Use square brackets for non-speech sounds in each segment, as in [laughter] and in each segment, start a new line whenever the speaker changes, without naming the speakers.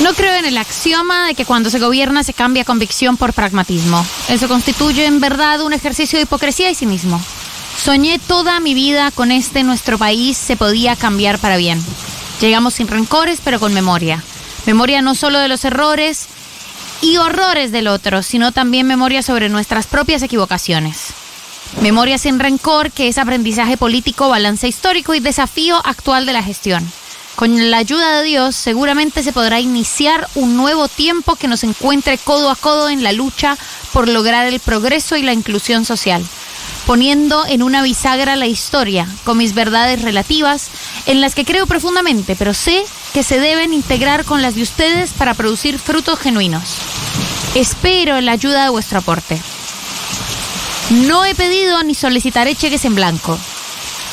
No creo en el axioma de que cuando se gobierna se cambia convicción por pragmatismo. Eso constituye en verdad un ejercicio de hipocresía y cinismo. Soñé toda mi vida con este nuestro país se podía cambiar para bien. Llegamos sin rencores, pero con memoria. Memoria no solo de los errores y horrores del otro, sino también memoria sobre nuestras propias equivocaciones. Memoria sin rencor, que es aprendizaje político, balance histórico y desafío actual de la gestión. Con la ayuda de Dios, seguramente se podrá iniciar un nuevo tiempo que nos encuentre codo a codo en la lucha por lograr el progreso y la inclusión social, poniendo en una bisagra la historia, con mis verdades relativas, en las que creo profundamente, pero sé que se deben integrar con las de ustedes para producir frutos genuinos. Espero la ayuda de vuestro aporte. No he pedido ni solicitaré cheques en blanco.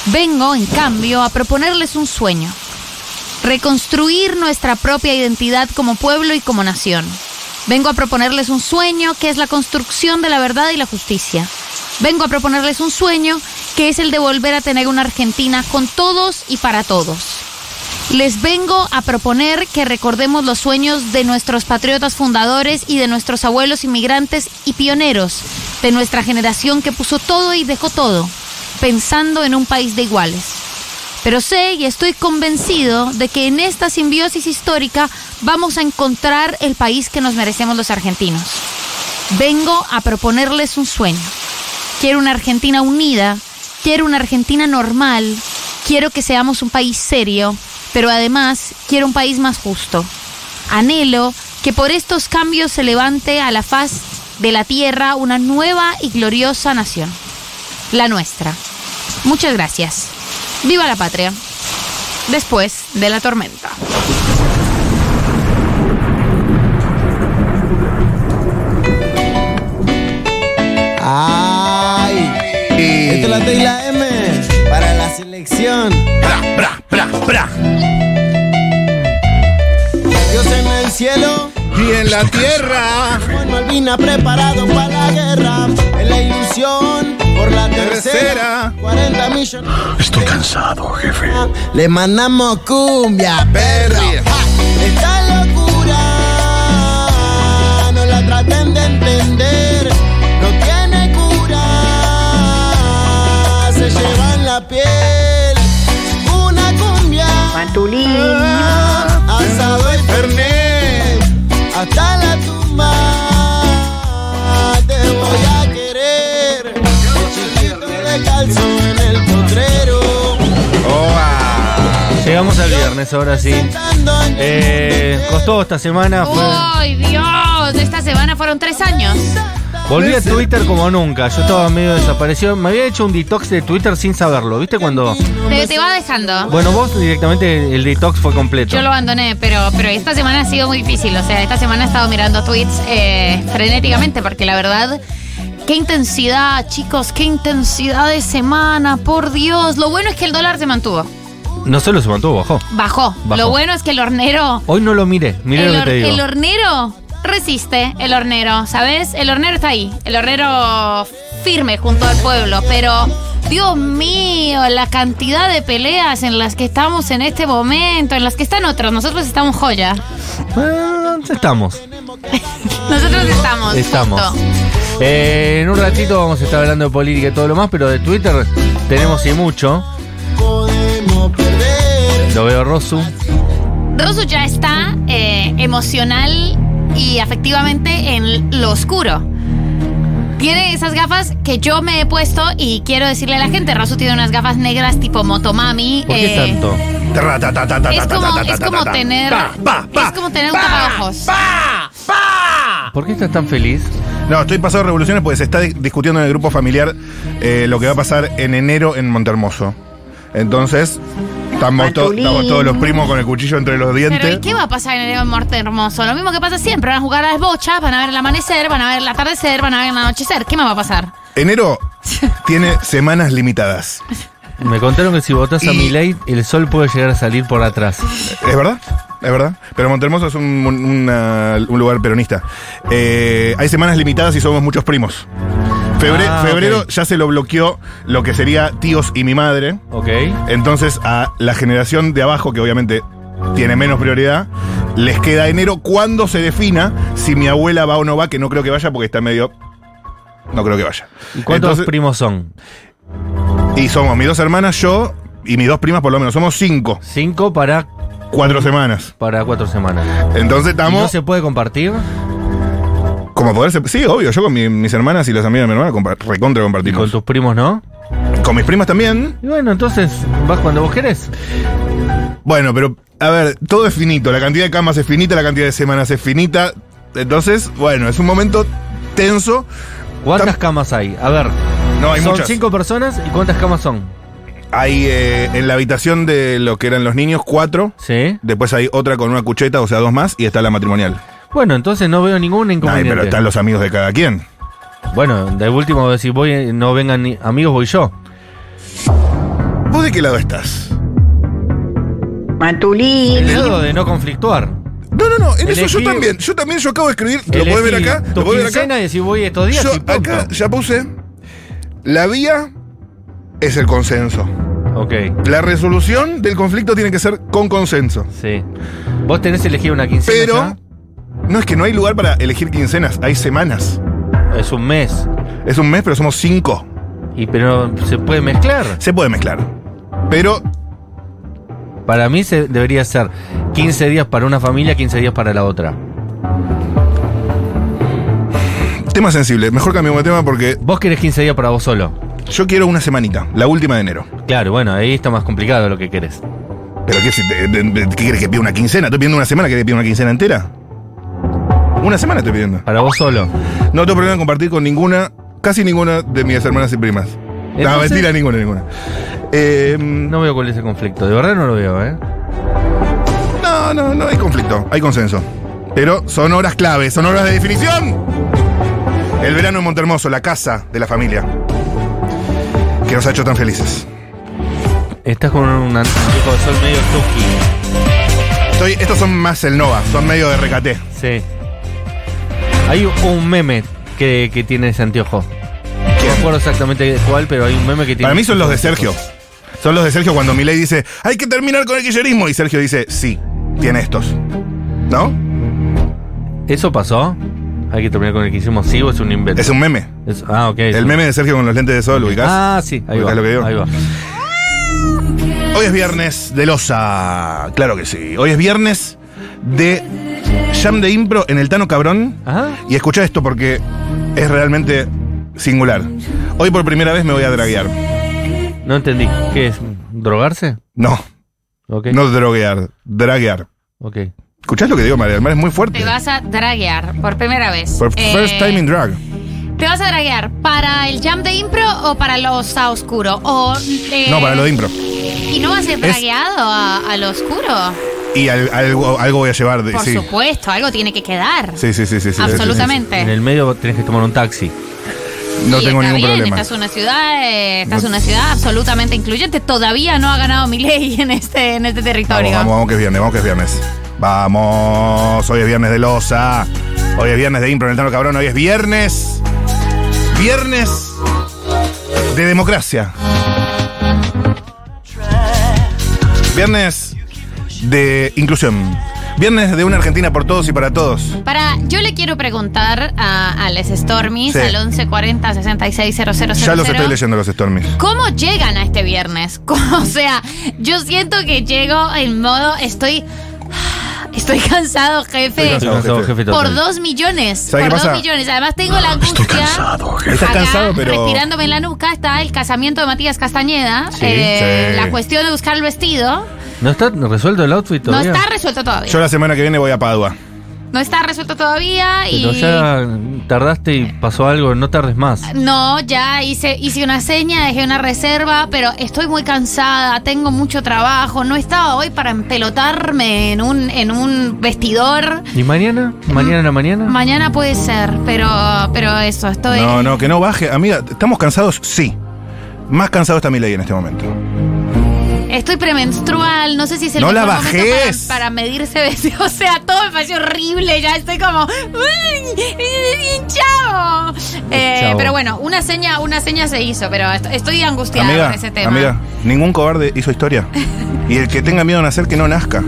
Vengo, en cambio, a proponerles un sueño. Reconstruir nuestra propia identidad como pueblo y como nación. Vengo a proponerles un sueño que es la construcción de la verdad y la justicia. Vengo a proponerles un sueño que es el de volver a tener una Argentina con todos y para todos. Les vengo a proponer que recordemos los sueños de nuestros patriotas fundadores y de nuestros abuelos inmigrantes y pioneros, de nuestra generación que puso todo y dejó todo, pensando en un país de iguales. Pero sé y estoy convencido de que en esta simbiosis histórica vamos a encontrar el país que nos merecemos los argentinos. Vengo a proponerles un sueño. Quiero una Argentina unida, quiero una Argentina normal, quiero que seamos un país serio, pero además quiero un país más justo. Anhelo que por estos cambios se levante a la faz de la tierra una nueva y gloriosa nación, la nuestra. Muchas gracias. Viva la patria. Después de la tormenta.
¡Ay! Esta
Este
es la tecla M para la selección.
Bra, bra, bra, bra.
Dios en el cielo.
Y en la tierra,
Como en Malvina preparado para la guerra. En la ilusión por la tercera.
Tercera.
40 millones. Ah,
Estoy cansado, jefe.
Le mandamos cumbia, perro.
Perria.
Ja. Esta locura no la traten de entender. No tiene cura. Se llevan la piel. Una cumbia. Ah, Asado y
Fernet.
hasta la tumba te voy a querer. Chiquito descalzo en el potrero.
Oa.
Llegamos al viernes, ahora sí.
Sentando en
Eh, costó esta semana. Fue...
¡Ay, Dios! Esta semana fueron tres años.
Volví a Twitter como nunca. Yo estaba medio desaparecido. Me había hecho un detox de Twitter sin saberlo. ¿Viste cuando.?
Te, te va dejando.
Bueno, vos directamente el detox fue completo.
Yo lo abandoné, pero, pero esta semana ha sido muy difícil. O sea, esta semana he estado mirando tweets eh, frenéticamente porque la verdad, qué intensidad, chicos, qué intensidad de semana, por Dios. Lo bueno es que el dólar se mantuvo.
No solo se mantuvo, bajó.
Bajó.
Bajó.
Lo bueno es que el hornero.
Hoy no lo miré. Miré
el,
lo que
hor-
te digo.
el hornero resiste, el hornero, ¿sabes? El hornero está ahí. El hornero firme junto al pueblo, pero. Dios mío, la cantidad de peleas en las que estamos en este momento, en las que están otros. Nosotros estamos joya.
Ah, estamos.
Nosotros estamos.
Estamos.
justo.
Eh, en un ratito vamos a estar hablando de política y todo lo más, pero de Twitter tenemos y mucho.
podemos perder.
Lo veo Rosu.
Rosu ya está eh, emocional y afectivamente en lo oscuro. Tiene esas gafas que yo me he puesto y quiero decirle a la gente, Rosu tiene unas gafas negras tipo motomami.
¿Por qué
eh,
tanto?
Tra, ta, ta, ta, ta,
Es
ta,
como,
ta, ta,
es
ta,
como
ta.
tener.
Pa, pa, pa,
es como tener un
pa,
tapabajos.
pa, pa.
¿Por qué estás tan feliz?
No, estoy pasado de revoluciones porque se está di- discutiendo en el grupo familiar eh, lo que va a pasar en enero en Montermoso. Entonces, estamos, to- estamos todos los primos con el cuchillo entre los
Pero ¿y
dientes.
qué va a pasar en el Morte Hermoso? Lo mismo que pasa siempre. Van a jugar a las bochas, van a ver el amanecer, van a ver el atardecer, van a ver el anochecer. ¿Qué más va a pasar? [laughs]
Enero tiene semanas limitadas.
Me contaron que si votas a
Y-
Milei, el sol puede llegar a salir por atrás.
Es verdad, es verdad. Pero Montermoso es un, un- una- un lugar peronista. Eh, hay semanas limitadas y somos muchos primos. Febre-
Ah,
febrero
ok.
ya se lo bloqueó lo que sería tíos y mi madre.
¿Ok?
Entonces a la generación de abajo, que obviamente tiene menos prioridad, Les queda enero cuando se defina si mi abuela va o no va, que no creo que vaya porque está medio. No creo que vaya.
¿Y cuántos
Entonces-
primos son?
y somos mis dos hermanas, yo y mis dos primas por lo menos. Somos cinco,
Cinco para,
cuatro semanas.
para cuatro semanas.
Entonces
¿Y ¿No
estamos.
se puede compartir?
Como poder ser- Sí, obvio, yo con mi- mis hermanas y las amigas de mi hermana compa- recontra
¿Y con
compartimos.
tus primos no?
Con, mis primas también.
Y bueno, entonces vas cuando vos querés.
Bueno, pero a ver, todo es finito. La cantidad de camas es finita, la cantidad de semanas es finita. Entonces, bueno, es un momento tenso.
¿Cuántas
Tam-
camas hay? A ver.
No, hay
son
muchas.
cinco personas y cuántas camas son?
Hay eh, en la habitación de lo que eran los niños, cuatro.
Sí.
Después hay otra con una cucheta, o sea, dos más. Y está la matrimonial.
Bueno, entonces no veo ningún
Ay,
inconveniente.
pero están los amigos de cada quien.
Bueno, de último, si voy, eh, no vengan ni- amigos, voy yo.
¿Vos de qué lado estás?
Matulí.
El lado de no conflictuar.
No, no, no, en eso
Elegí-
yo también. Yo también, yo acabo de escribir. Lo
Elegí
podés ver acá.
Tu
Lo podés ver
quincena
acá.
y decís voy estos días
Yo
y punto.
acá ya puse. La vía es el consenso.
Ok,
La resolución del conflicto tiene que ser con consenso.
sí. Vos tenés elegido una quincena
Pero. No es que no hay lugar para elegir quincenas, hay semanas.
ya? Es un mes.
Es un mes, pero somos cinco.
Y pero se puede mezclar.
Se puede mezclar. Pero
Para mí se debería ser 15 días para una familia, 15 días para la otra.
Tema sensible, mejor cambiamos de tema porque
Vos querés 15 días para vos solo.
yo quiero una semanita, la última de enero.
Claro, bueno, ahí está más complicado lo que querés.
¿Pero qué, si te- te- te- ¿qué querés que pida una quincena? ¿Estoy pidiendo una semana? ¿Querés que pida una quincena entera? Una semana estoy pidiendo.
Para vos solo.
No tengo problema en compartir con ninguna, casi ninguna de mis hermanas y primas. no,
Entonces-
mentira, ninguna, ninguna. Eh, no.
No veo cuál es el conflicto. De verdad no lo veo, ¿eh?
no, no, hay conflicto, hay consenso. Pero son horas clave, son horas de definición. El verano en Montermoso, la casa de la familia. Que nos ha hecho tan felices.
Estás con un, un anteojo de sol medio tuki.
Estoy, estos son más el Nova, son medio de recate.
Sí. Hay un meme que, que tiene ese anteojo. No me acuerdo exactamente cuál, pero hay un meme que tiene.
Para mí son los de Sergio. Son los de Sergio cuando Milei dice, hay que terminar con el kirchnerismo. Y Sergio dice, sí, tiene estos. ¿No?
¿Eso pasó? Hay que terminar con el que hicimos. Sí, o es un invento.
Es un meme.
Es- ah, ok. es
El
un-
meme de Sergio con los lentes de sol, ubicás.
Ah, sí. Ahí
¿Ubicás
va.
lo que digo?
Ahí va.
Hoy es viernes de losa. Claro que sí. Hoy es viernes de jam de impro en el Tano Cabrón.
Ajá.
Y escucha esto porque es realmente singular. Hoy por primera vez me voy a draguear.
No entendí. ¿Qué es? ¿Drogarse?
No,
Ok.
no droguear, draguear.
Ok.
¿Escuchás lo que digo, María del Mar? Es muy fuerte.
Te vas a draguear por primera vez.
Por
Eh,
first time in drag.
¿Te vas a draguear para el jam de impro o para lo sa oscuro? O, eh,
No, para lo de impro.
¿Y no vas a ir dragueado a, a lo oscuro?
Y al- algo, algo voy a llevar. de-
Por
sí.
supuesto, algo tiene que quedar.
sí, sí, sí, sí, sí.
Absolutamente.
En el medio tenés que tomar un taxi.
No
Y
tengo
está
ningún
bien,
problema.
Esta es una ciudad, eh, esta es
No-
una ciudad absolutamente incluyente. Todavía no ha ganado mi ley en este, en este territorio.
Vamos, vamos, vamos, que es viernes, vamos, que es viernes. Vamos, hoy es viernes de losa. Hoy es viernes de impro en el Tano Cabrón. Hoy es viernes. Viernes de democracia. Viernes de inclusión. Viernes de una Argentina por todos y para todos.
Para, yo le quiero preguntar a, a les Stormies
Sí.
al 1140 660000
Ya los estoy leyendo los Stormies.
¿Cómo llegan a este viernes? [laughs] O sea, yo siento que llego en modo estoy [sighs] estoy cansado, jefe.
Estoy
Estoy cansado,
jefe.
jefe,
Por
total.
dos millones.
¿Sabe
Por
qué
dos
pasa?
millones. Además tengo la angustia.
Estoy cansado, jefe.
Estás
Acá,
cansado, pero-
Respirándome en la nuca está el casamiento de Matías Castañeda.
Sí,
eh,
sí.
La cuestión de buscar el vestido.
¿No está resuelto el outfit todavía?
No está resuelto todavía.
Yo la semana que viene voy a Padua.
No está resuelto todavía.
Pero
y
ya tardaste y pasó algo, no tardes más.
No, ya hice, hice una seña, dejé una reserva, pero estoy muy cansada, tengo mucho trabajo, no estaba hoy para empelotarme en un, en un vestidor.
¿Y mañana? ¿Mañana en la mañana?
Mañana puede ser, pero, pero eso, estoy.
No, no, que no baje. Amiga, ¿estamos cansados? Sí. Más cansado está mi ley en este momento.
Estoy premenstrual, no sé si es el
No la
mejor momento
bajes.
Para, para medirse deseo. [laughs] O sea, todo me pareció horrible. Ya estoy como. ¡Ay! ¡Chao! Eh,
Chao.
Pero bueno, una seña, una seña se hizo, pero est- estoy angustiada
Amiga,
con ese tema.
amiga, ningún cobarde hizo historia. Y el que tenga miedo a nacer, que no nazca.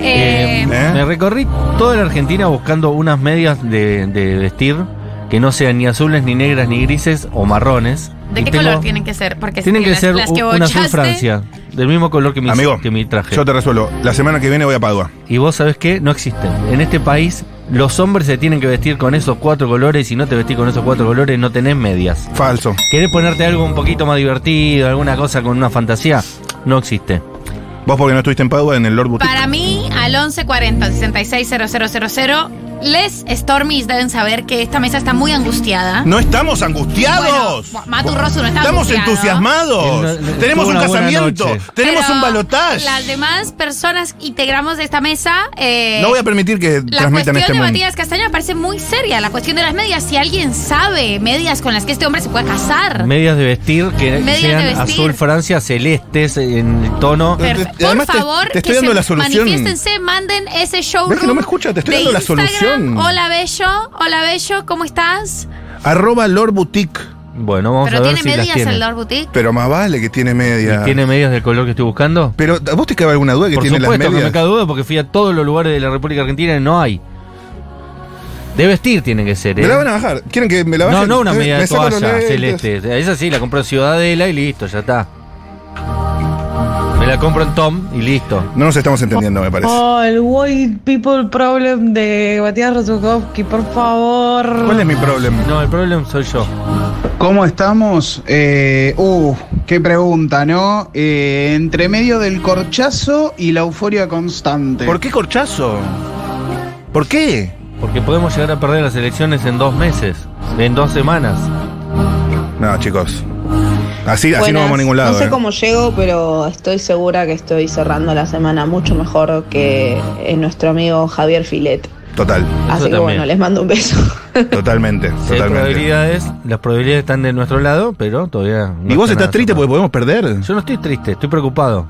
Eh,
¿Eh?
Me recorrí toda la Argentina buscando unas medias de, de vestir que no sean ni azules, ni negras, ni grises o marrones.
¿De
Y
qué
tengo-
color tienen que ser? Porque
Tienen que
las-
ser
las
un,
que
un azul
bochaste-
Francia, del mismo color que mi,
Amigo,
que mi traje.
yo te resuelvo. La semana que viene voy a Padua.
Y vos sabés que no existen. En este país los hombres se tienen que vestir con esos cuatro colores y si no te vestís con esos cuatro colores no tenés medias.
Falso.
¿Querés ponerte algo un poquito más divertido, alguna cosa con una fantasía? No existe.
Vos porque no estuviste en Padua en el Lord Boutique.
Para mí, al 1140-660000, les Stormies deben saber que esta mesa está muy angustiada.
No estamos angustiados.
Bueno, Matu Rosu no está
Estamos
angustiado.
entusiasmados.
Él no- no-
tenemos
tuvo
un
una buena
casamiento.
noche.
Tenemos
Pero
un balotaje.
Las demás personas que integramos de esta mesa. eh,
No voy a permitir que
La
transmitan
cuestión
este
de
momento.
Matías Castaño me parece muy seria. La cuestión de las medias. Si alguien sabe medias con las que este hombre se puede casar.
Medias de vestir que
Medias
sean
de vestir.
azul Francia, celestes en tono.
Pero
Perfe-
te-
Por
además te-
favor,
te estoy
que
dando
se
la solución.
manifiéstense, manden ese show.
¿Ves que no me escucha? Te estoy dando la solución.
Hola Bello, hola Bello, ¿cómo estás?
Arroba Lord Boutique.
Bueno, vamos
Pero
a ver
tiene
si las
medias
tiene.
el Lord Boutique.
Pero más vale que tiene media.
¿Y tiene medias del color que estoy buscando?
Pero ¿a vos te queda alguna duda que
Por
tiene
supuesto,
las
que me
medias.
cabe duda porque fui a todos los lugares de la República Argentina y no hay. De vestir tiene que ser, ¿eh?
me la van a bajar. ¿Quieren que me la
No,
bajen?
no una
Me-
media
me
de
saco los
toalla
lentes.
celeste. Esa sí, la compro en Ciudadela y listo, ya está. Me la compro en Tom y listo.
No nos estamos entendiendo, me parece.
Oh, el White People Problem de Matías Rozukowski, por favor.
¿Cuál es mi problema?
No, el problema soy yo.
¿Cómo estamos? Eh, uh, qué pregunta, ¿no? Eh, entre medio del corchazo y la euforia constante.
¿Por qué corchazo? ¿Por qué?
Porque podemos llegar a perder las elecciones en dos meses, en dos semanas.
No, chicos. Así, así no
Buenas.
vamos a ningún lado.
No sé
eh.
cómo llego, pero estoy segura que estoy cerrando la semana mucho mejor que eh, nuestro amigo Javier Filet.
Total,
[laughs] Así que
también.
bueno, les mando un beso.
totalmente,
Si hay
totalmente.
probabilidades, las probabilidades están de nuestro lado, pero todavía no
¿Y vos
está
estás
nada
triste porque
cerrado.
podemos perder?
Yo no estoy triste, estoy preocupado.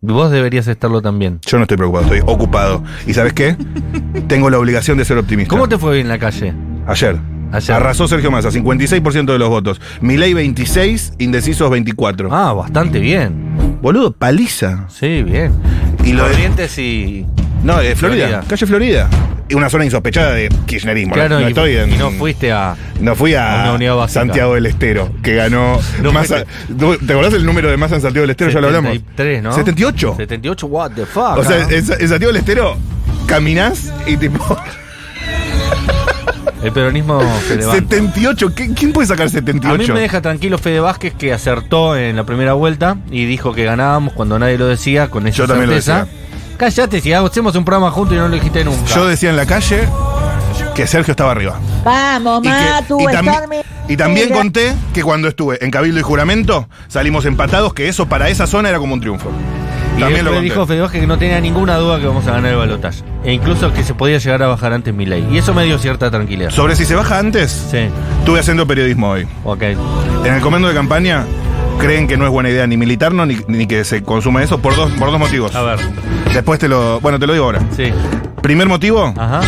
Vos deberías estarlo también.
Yo no estoy preocupado, estoy ocupado. ¿Y sabes qué? Tengo la obligación de ser optimista.
¿Cómo te fue bien en la calle?
Ayer.
Ayer.
Arrasó Sergio Massa, 56% de los votos. Milei 26, indecisos 24.
Ah, bastante bien.
Boludo, paliza.
Sí, bien.
Y lo de-
Corrientes y.
No, de Florida,
Florida.
calle Florida. Y Una zona insospechada de kirchnerismo.
claro,
no,
y,
estoy en-
y no fuiste a.
No fui
A
a,
una unidad básica.
Santiago del Estero, que ganó
No
Massa. ¿Te acordás el número de Massa en Santiago del Estero? ya lo hablamos.
73, ¿no?
78.
78, what the fuck.
o sea,
ah.
en, en Santiago del Estero caminás y tipo.
el peronismo se levanta.
78. ¿Qué- ¿Quién puede sacar
A mí
78?
me deja tranquilo Fede Vázquez que acertó en la primera vuelta y dijo que ganábamos cuando nadie lo decía con esa
Yo también lo
certeza. Callate, si hacemos un programa juntos y no lo dijiste nunca.
Yo decía en la calle que Sergio estaba arriba.
Vamos,
Y, que-
Matu,
y tambi-
Stormy.
y también conté que cuando estuve en Cabildo y Juramento salimos empatados, que eso para esa zona era como un triunfo.
y
También lo
después
conté.
dijo Fede Vázquez que no tenía ninguna duda que vamos a ganar el balotaje. E incluso que se podía llegar a bajar antes mi ley. Y eso me dio cierta tranquilidad.
Sobre si se baja antes,
sí,
estuve haciendo periodismo hoy.
ok.
En el comando de campaña creen que no es buena idea ni militarnos ni, ni que se consuma eso por dos, por dos motivos.
A ver,
Después te lo. Bueno, te lo digo ahora.
sí.
Primer motivo,
Ajá.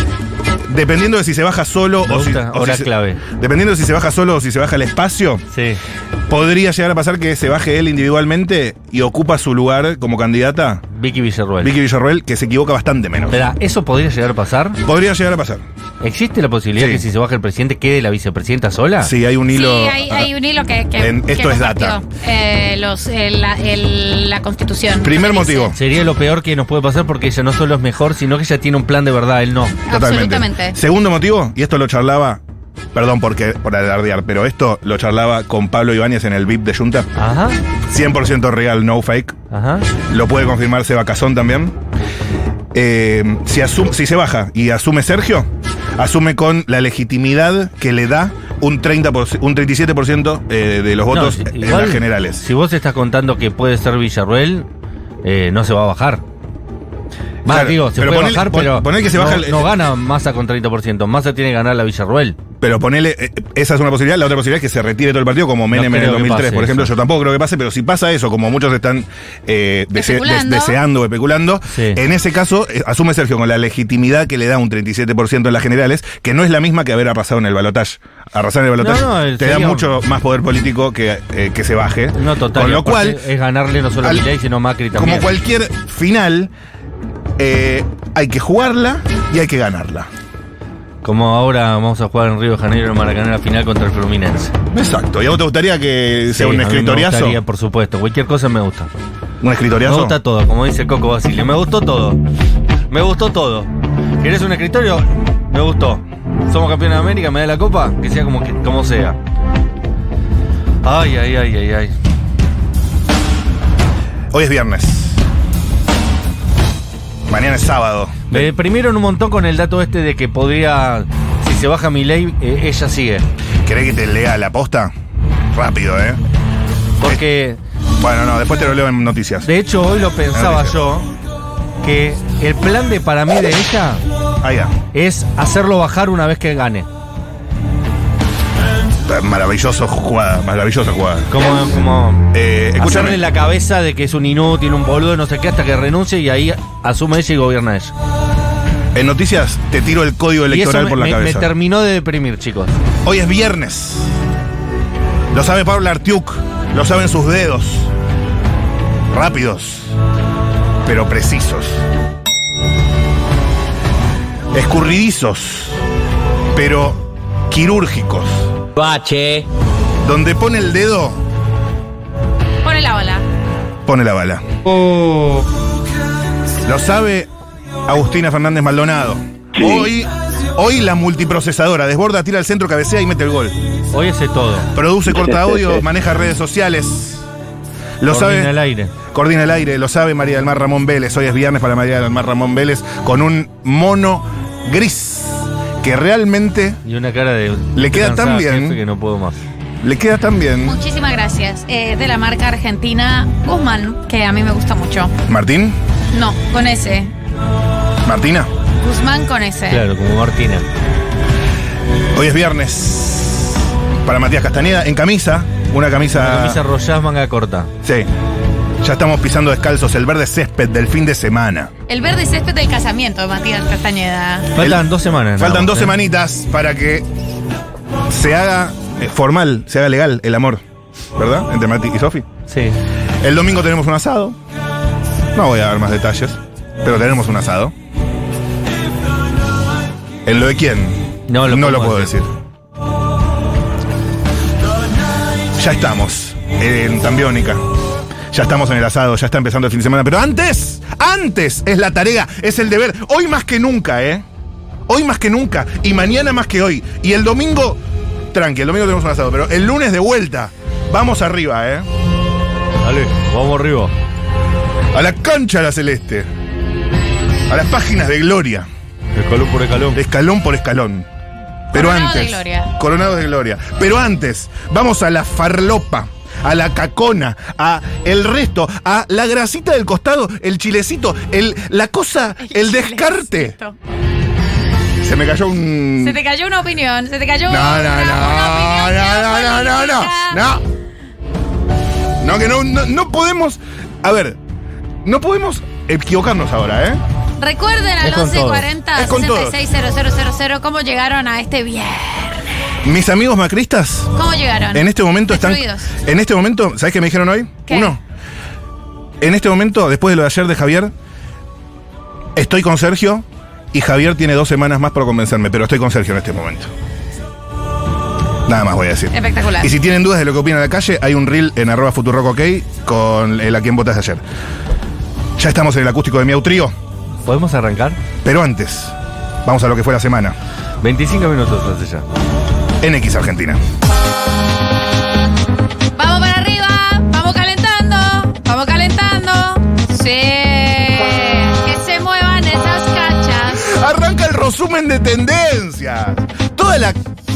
dependiendo de si se baja solo
Ah. Me
o si.
gusta,
o si
hora
se-
clave.
Dependiendo de si se baja solo o si se baja el espacio,
Sí.
podría llegar a pasar que se baje él individualmente y ocupa su lugar como candidata.
Vicky Villarruel.
Vicky Villarroel, que se equivoca bastante menos.
Esperá, ¿eso podría llegar a pasar?
Podría llegar a pasar.
¿Existe la posibilidad
Sí.
que si se baja el presidente quede la vicepresidenta sola?
Sí, hay un hilo.
sí, hay, hay un hilo que. que-
En-
que
esto es
compartió,
data.
eh, los, el- la, el- la constitución.
Primer
Dice,
motivo.
Sería lo peor que nos puede pasar porque ella no solo es mejor, sino que ella tiene un plan de verdad, él no.
Totalmente.
Absolutamente.
Segundo motivo, y esto lo charlaba, perdón porque, por alardear, pero esto lo charlaba con Pablo Ibáñez en el VIP de Junta.
Ajá,
100% real, no fake.
ajá.
Lo puede confirmar Seba Cazón también. Eh, si, asum- si se baja y asume Sergio, asume con la legitimidad que le da un, 30 un 37% eh, de los votos
No, si-
en
igual,
las generales.
Si vos estás contando que puede ser Villarruel, eh, no se va a bajar. Más
Claro,
digo, se
pero
puede
ponele-
bajar,
pon-
pero
ponele que se baja
no,
el-
no gana Massa con 30%. Massa tiene que ganar la Villarruel.
Pero ponele, eh, esa es una posibilidad. La otra posibilidad es que se retire todo el partido, como Menem en el
creo que
2003,
pase
por ejemplo.
eso.
Yo tampoco creo que pase, pero si pasa eso, como muchos están eh, dese-
Especulando.
des- deseando o especulando,
Sí.
en ese caso eh, asume Sergio con la legitimidad que le da un 37% en las generales, que no es la misma que haber arrasado en el balotaje. Arrasar en el balotaje
No, no,
te da
sería un-
mucho más poder político que, eh, que se baje.
No, total.
Con
y
lo
aparte
cual,
Es ganarle no solo a
al-
Milei, sino a Macri también.
como cualquier final, eh, hay que jugarla y hay que ganarla.
Como ahora vamos a jugar en Río de Janeiro en Maracaná la final contra el Fluminense.
Exacto. ¿Y a vos te gustaría que sea
Sí,
un
a mí me
escritoriazo?
gustaría, por supuesto. Cualquier cosa me gusta.
¿Un
Me
escritoriazo?
gusta todo, como dice Coco Basile. Me gustó todo. Me gustó todo. ¿Querés un escritorio? Me gustó. Somos campeones de América, me da la copa, que sea como, que, como sea. Ay, ay, ay, ay, ay.
Hoy es viernes. Mañana es sábado.
Me deprimieron un montón con el dato este de que podría, si se baja mi ley, ella sigue.
¿Querés que te lea la posta? Rápido, ¿eh?
Porque,
Bueno, no, después te lo leo en noticias.
de hecho, hoy lo pensaba
Analiza.
yo, que el plan de para mí de ella
Ah, ya.
es hacerlo bajar una vez que gane.
Maravilloso jugada, maravillosa jugada.
Como, como
Eh,
hacerle
escúchame.
la cabeza de que es un inútil, un boludo, no sé qué, hasta que renuncie y ahí asume ella y gobierna ella.
En noticias te tiro el código
Y eso
electoral
me,
por la
me- me
cabeza.
terminó de deprimir, chicos.
Hoy es viernes. Lo sabe Pablo Artiuk. Lo saben sus dedos. Rápidos, pero precisos. Escurridizos, pero quirúrgicos.
Bache.
Donde pone el dedo,
Pone la bola.
pone la bala.
Oh,
Lo sabe Agustina Fernández Maldonado. Hoy, hoy la multiprocesadora desborda, tira al centro, cabecea y mete el gol.
Hoy ese todo.
Produce corta audio, maneja redes sociales. Lo
Coordina el
sabe.
aire.
Coordina el aire, lo sabe María del Mar Ramón Vélez. Hoy es viernes para María del Mar Ramón Vélez con un mono gris que realmente
Y una cara de.
Le queda tan
cansada,
bien.
jefe, que no puedo más.
le queda tan bien.
Muchísimas gracias. Eh, de la marca argentina Guzmán, que a mí me gusta mucho.
Martín,
No, con ese.
Martina,
Guzmán con ese.
Claro, como Martina.
hoy es viernes para Matías Castañeda en camisa, una camisa.
Camisa arrollás, manga corta.
Sí. Ya estamos pisando descalzos el verde césped del fin de semana.
El verde césped del casamiento de Matías Castañeda.
Faltan
El-
dos semanas. nada
Faltan
más,
dos
¿eh?
semanitas para que se haga eh, formal, se haga legal el amor, ¿verdad? Entre Mati y Sofi.
¿eh? Sí.
El domingo tenemos un asado. No voy a dar más detalles, pero tenemos un asado. ¿En lo de quién?
No lo podemos
puedo
decir.
decir. Ya estamos en Tambiónica. Ya estamos en el asado, ya está empezando el fin de semana. Pero antes, antes es la tarea, es el deber. Hoy más que nunca, ¿eh? Hoy más que nunca. Y mañana más que hoy. Y el domingo, tranqui, el domingo tenemos un asado. Pero el lunes de vuelta, vamos arriba, ¿eh?
Dale, vamos arriba.
A la cancha de la celeste. A las páginas de gloria.
Escalón por escalón.
Escalón por escalón. Pero
Coronados de
antes.
gloria.
Coronados de gloria. Pero antes, vamos a la farlopa. A la cacona, a el resto, a la grasita del costado, el chilecito, el, la cosa, el, descarte.
chilecito.
Se me cayó un.
Se te cayó una opinión, se te cayó
Mm. No, no,
una,
no,
una
no,
opinión
no, no, no, no,
política.
no. No, que no, no, no podemos. A ver, no podemos equivocarnos ahora, ¿eh?
Recuerden
Es
al
con todos.
1140
Es con todos.
660000 cómo llegaron a este bien.
Mis amigos macristas
¿Cómo llegaron?
en este momento están.
Destruidos.
En este momento, ¿sabes qué me dijeron hoy?
¿Qué?
Uno. En este momento, después de lo de ayer de Javier, estoy con Sergio y Javier tiene dos semanas más para convencerme, pero estoy con Sergio en este momento. Nada más voy a decir.
Espectacular.
Y si tienen dudas de lo que opina la calle, hay un reel en arroba Futurock OK con el a quien votas ayer. Ya estamos en el acústico de Miau Trío,
¿Podemos arrancar?
pero antes, vamos a lo que fue la semana.
25 minutos hace ya.
En X Argentina.
Vamos para arriba, vamos calentando, vamos calentando. Sí, que se muevan esas cachas.
Arranca el resumen de tendencias. Toda la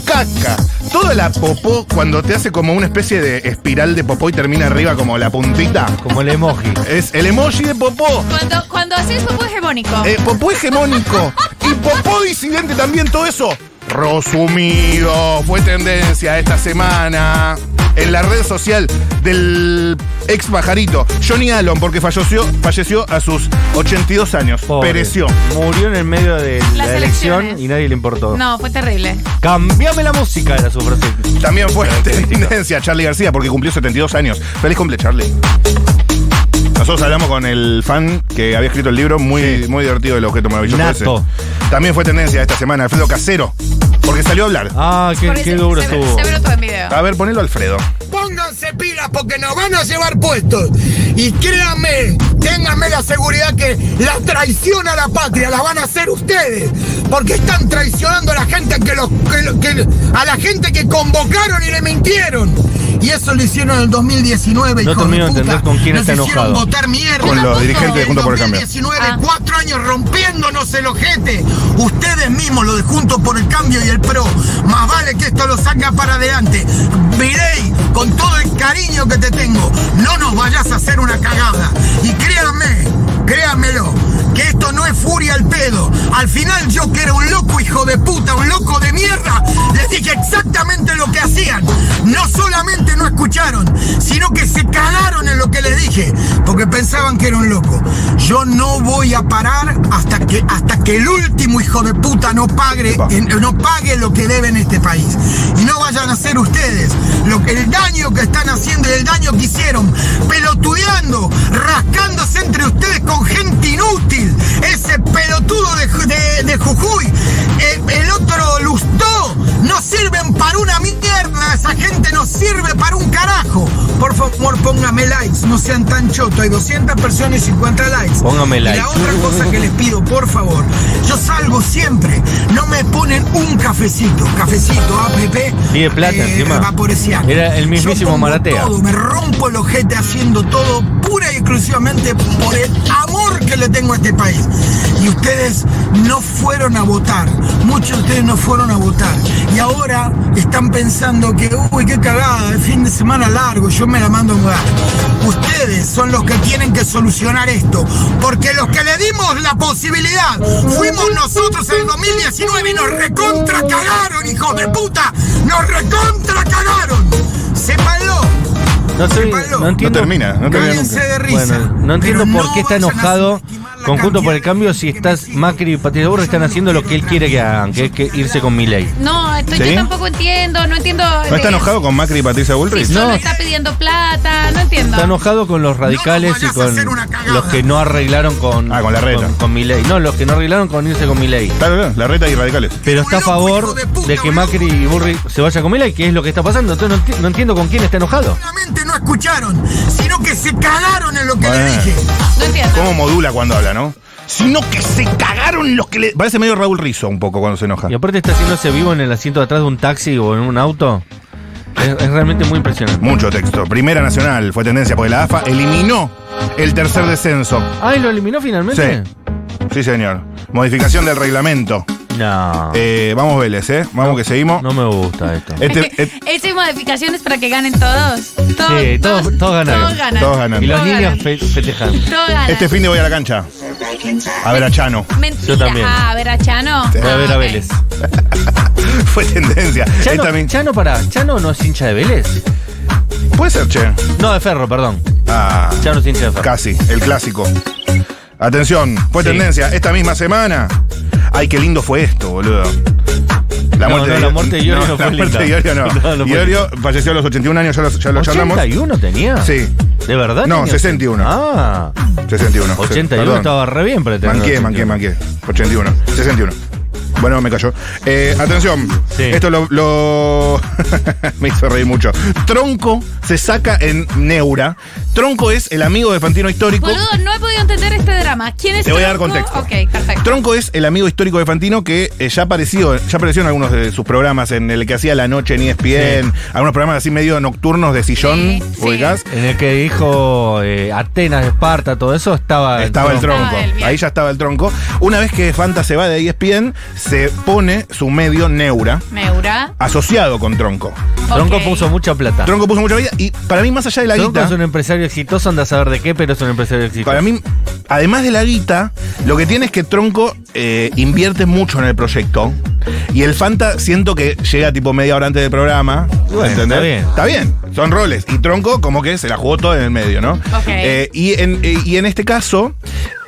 caca, toda la popó, cuando te hace como una especie de espiral de popó y termina arriba como la puntita.
Como el emoji.
Es el emoji de popó.
Cuando, cuando haces popó es hegemónico.
Eh, popó hegemónico y popó disidente también, todo eso. Resumido, fue tendencia esta semana en la red social del ex pajarito, Johnny Allen, porque falleció, falleció a sus 82 años.
Pobre.
Pereció.
Murió en el medio de
Las
la elección
elecciones.
y nadie le importó.
No, fue terrible.
Cambiame la música, era su frase.
También fue tendencia Charlie García porque cumplió 72 años. Feliz cumple, Charlie. Nosotros hablamos con el fan que había escrito el libro, muy, muy divertido el objeto maravilloso.
Nato.
ese. También fue tendencia esta semana, Alfredo Casero, porque salió a hablar.
Ah, qué,
Por eso
qué duro
se,
estuvo.
Se vio todo en video.
A ver, ponelo Alfredo.
Pónganse pilas porque nos van a llevar puestos. Y créanme, ténganme la seguridad que la traición a la patria la van a hacer ustedes. Porque están traicionando a la gente que los, que lo- que- a la gente que convocaron y le mintieron. Y eso lo hicieron en el 2019.
No
hijo de
termino de
puta.
entender con quién
Nos
está
hicieron
enojado.
votar mierda.
Con los dirigentes de
En
Juntos por el Cambio.
2019,
Ah.
cuatro años rompiéndonos el ojete. Ustedes mismos, lo de Juntos por el Cambio y el PRO. Más vale que esto lo saca para adelante. Virey, con todo el cariño que te tengo, no nos vayas a hacer una cagada. Y créanme, créanmelo, que esto no es furia al pedo. Al final yo que era un loco hijo de puta, un loco de mierda, les dije exactamente lo que hacían. No solamente no escucharon, sino que se cagaron en lo que les dije, porque pensaban que era un loco. Yo no voy a parar hasta que, hasta que el último hijo de puta no pague,
Epa.
en- no pague lo que debe en este país. Y no vayan a hacer ustedes lo que- el daño que están haciendo y el daño que hicieron, pelotudeando, rascándose entre ustedes con gente inútil. Ese pelotudo de, Ju- de- de Jujuy, el, el otro Lustó, no sirven para una mierda, esa gente no sirve para un carajo. Por favor, pónganme likes, no sean tan chotos, hay 200 personas y 50 likes.
Póngame
Y la
likes.
otra cosa que les pido, por favor, yo salgo siempre, no me ponen un cafecito, cafecito app.
Y de plata, encima.
vaporeciano.
Era el mismísimo
Yo pongo
Maratea.
todo, me rompo el ojete haciendo todo pura y exclusivamente por el amor que le tengo a este país. Y ustedes no fueron a votar, muchos de ustedes no fueron a votar. Y ahora están pensando que, uy, qué cagada, el fin de semana largo, yo me la mando a mudar. Ustedes son los que tienen que solucionar esto, porque los que le dimos la posibilidad fuimos nosotros en el 2019 y nos recontra cagaron, hijos de puta, nos recontra cagaron. Sépanlo.
No, soy-
Pablo,
no
No
entiendo.
termina, no termina
Cállense
nunca.
de risa.
Bueno, no entiendo
Pero
por qué está
vayan a
enojado
subestimar la
Conjunto por el
cantidad de
Cambio
gente
si
que
está
me sigue.
Macri y Patricia Burra
Yo
están
no
haciendo lo que él quiere que hagan, que es que irse con Milei.
No, esto
¿Sí?
yo tampoco entiendo, no entiendo. eh,
¿No está enojado con Macri y Patricia Bullrich?
Si solo
No.
está pidiendo plata, no entiendo.
Está enojado con los radicales y
vayas a
con
hacer una cagada.
los que no arreglaron con,
Ah, con la reta.
con, con Milei. No, los que no arreglaron con irse con Milei.
Está bien, la reta y radicales.
Pero está a
Loco,
favor
hijo de puta,
de que
boludo.
Macri y Burri se vayan con Milei, que es lo que está pasando. Entonces no, enti- no entiendo con quién está enojado.
Solamente no escucharon, sino que se cagaron en lo que
Bueno.
le dije.
No entiendo.
¿Cómo modula cuando habla, no? Sino que se cagaron los que le. Parece medio Raúl Rizzo un poco cuando se enoja.
Y aparte está haciéndose vivo en el asiento de atrás de un taxi o en un auto. Es, es realmente muy impresionante.
Mucho texto. Primera Nacional fue tendencia porque la AFA eliminó el tercer descenso.
Ah, ¿y lo eliminó finalmente?
Sí. Sí, señor. Modificación del reglamento.
No.
Eh, vamos, Vélez, ¿eh? Vamos que seguimos.
No me gusta esto.
Este- et-
Hecho modificaciones para que ganen todos. Todos,
Sí, todos- todos ganaron.
Todos ganan.
Todos ganan.
Y los
Todos
niños
ganan.
fe- festejan.
Todos ganan.
este fin de voy a la cancha. A ver a Chano. [laughs]
Mentira.
Yo también.
Ah, a ver a Chano.
Voy a ver a
ok.
Vélez.
fue tendencia.
Chano,
Esta mi-
Chano, pará. ¿Chano no es hincha de Vélez?
Puede ser, che.
No, de Ferro, perdón.
Ah.
Chano es hincha de Ferro.
Casi, el clásico. Atención, fue
Sí.
tendencia esta misma semana. Ay, qué lindo fue esto, boludo.
No, no, la muerte de
[laughs]
Iorio no fue
La muerte de
linda.
Iorio no.
[laughs] No, no fue
Iorio falleció a los 81 años, ya lo, ya lo charlamos.
¿81 tenía?
Sí.
¿De verdad?
No,
tenía?
61.
Ah,
61. sí,
81
perdón.
estaba re bien para tener.
Manqué,
81.
manqué, manqué. 81. 61. Bueno, me cayó. Eh, atención.
Sí.
Esto lo. lo- [laughs] me hizo reír mucho. Tronco se saca en Neura. Tronco es el amigo de Fantino histórico.
Boludo, no he podido entender este drama. ¿Quién es
Te voy a dar
Tronco?
contexto.
Ok, perfecto.
Tronco es el amigo histórico de Fantino que eh, ya, apareció, ya apareció en algunos de sus programas, en el que hacía la noche en E ESPN, algunos programas así medio nocturnos de sillón,
Sí, sí.
ubicás.
En el que dijo eh, Atenas, Esparta, todo eso, estaba.
Estaba el
Tronco.
tronco,
Estaba él, bien.
ahí ya estaba el tronco. Una vez que Fanta se va de E ESPN, se se pone su medio Neura,
Neura.
asociado con Tronco.
Tronco
Ok.
puso mucha plata.
Tronco puso mucha vida y para mí, más allá de la
Tronco
guita,
es un empresario exitoso, anda a saber de qué, pero es un empresario exitoso.
para mí, además de la guita, lo que tiene es que Tronco eh, invierte mucho en el proyecto. Y el Fanta siento que llega tipo media hora antes del programa.
Bueno,
¿entendés?
está
Está bien, son roles. Y Tronco como que se la jugó todo en el medio, ¿no? Eh, y, en, eh, y en este caso,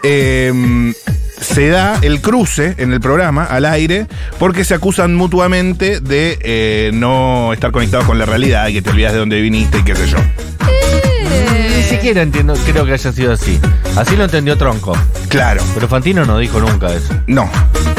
eh, se da el cruce en el programa, al aire, porque se acusan mutuamente de eh, no estar conectados con la realidad y que te olvidas de dónde viniste y qué sé yo.
Eh,
Ni siquiera entiendo, creo que haya sido así. Así lo entendió Tronco.
Claro.
Pero Fantino no dijo nunca eso.
No,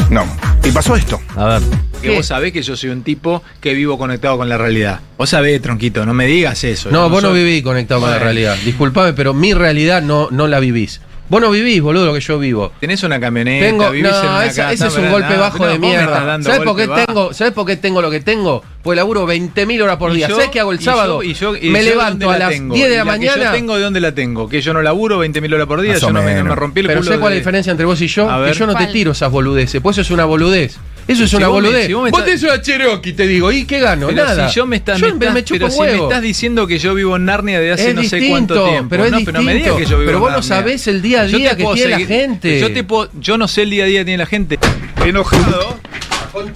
no. Y pasó esto.
A ver.
Que vos sabés que yo soy un tipo que vivo conectado con la realidad. Vos sabés, tronquito, no me digas eso.
No,
Yo
vos no
soy-
vivís conectado con la
Bueno.
realidad. Disculpame, pero mi realidad no, no la vivís. Vos no vivís, boludo, lo que yo vivo.
Tenés una camioneta,
Tengo, no,
vivís en una
esa-
casa,
ese es
pero
un
no,
golpe bajo
no,
de
vos me estás
mierda.
dando
¿Sabés por,
golpe
qué
bajo.
tengo, ¿Sabés por qué tengo lo que tengo? Porque laburo 20.000 horas por
¿Y
día.
yo?
¿Sabés qué hago el
¿Y
sábado?
yo? ¿Y yo? ¿Y
me
yo de
levanto
dónde
a las
tengo?
10 de
¿Y
la
Que yo
mañana.
tengo de dónde la tengo, que yo no laburo 20.000 horas por día,
Más
yo
o
no me, no me
menos.
rompí el
Pero
culo.
sé cuál es
de-
la diferencia entre vos y yo,
A
que
ver.
yo no te
¿Cuál?
tiro esas boludeces, pues eso es una boludez. Eso es
Si
una
vos me-
boludez.
si
vos
vos me
te
estás-
decís a Cherokee, te digo, ¿y qué gano?
Pero
Nada.
si yo me, está-
Yo
me
me,
estás-
me chupo
pero
un
si me
huevo.
estás diciendo que yo vivo en Narnia de hace
es
no sé
distinto,
cuánto tiempo.
pero es
no,
distinto.
no me digas que yo vivo
Pero
en
vos no
Narnia.
sabés el día a
Yo
día
te
que
puedo
tiene la
seguir-
gente.
Yo, te puedo- yo no sé el día a día que tiene la gente.
Enojado.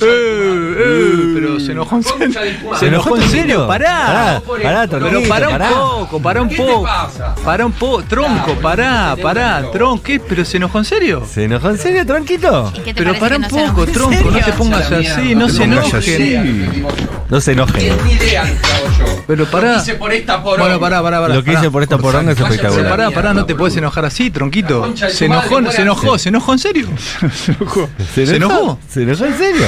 Eh, eh, pero se enojó en serio.
¿Se enojó en serio?
Pará.
Pará, pará, tranquilo,
Pero pará un
pará.
poco, pará un
¿Qué te
poco.
pasa?
Pará un poco. Tronco, pará, pará. Tronco, ¿qué? ¿Pero se enojó en serio?
¿Se enojó en serio, Tronquito?
¿Y qué te
Pero
parece
pará
que
un
no se
poco,
enoja? [laughs]
Tronco, no te pongas
A la mierda.
así, no
Te
se
pongas
enoje.
así.
No se enoje.
idea que
[laughs]
hago yo.
Pero
Lo
pará.
hice por esta poronga.
Bueno, pará, pará, pará.
Lo que
pará.
hice por esta poronga es
Váyanse
Pero
espectacular.
pará,
Mierda,
pará, no te
boludo.
podés enojar así,
La
tronquito.
concha de
Se
tu madre,
enojó, se
muérase.
enojó, se enojó en serio. Se enojó. ¿Se enojó?
¿Se enojó en serio?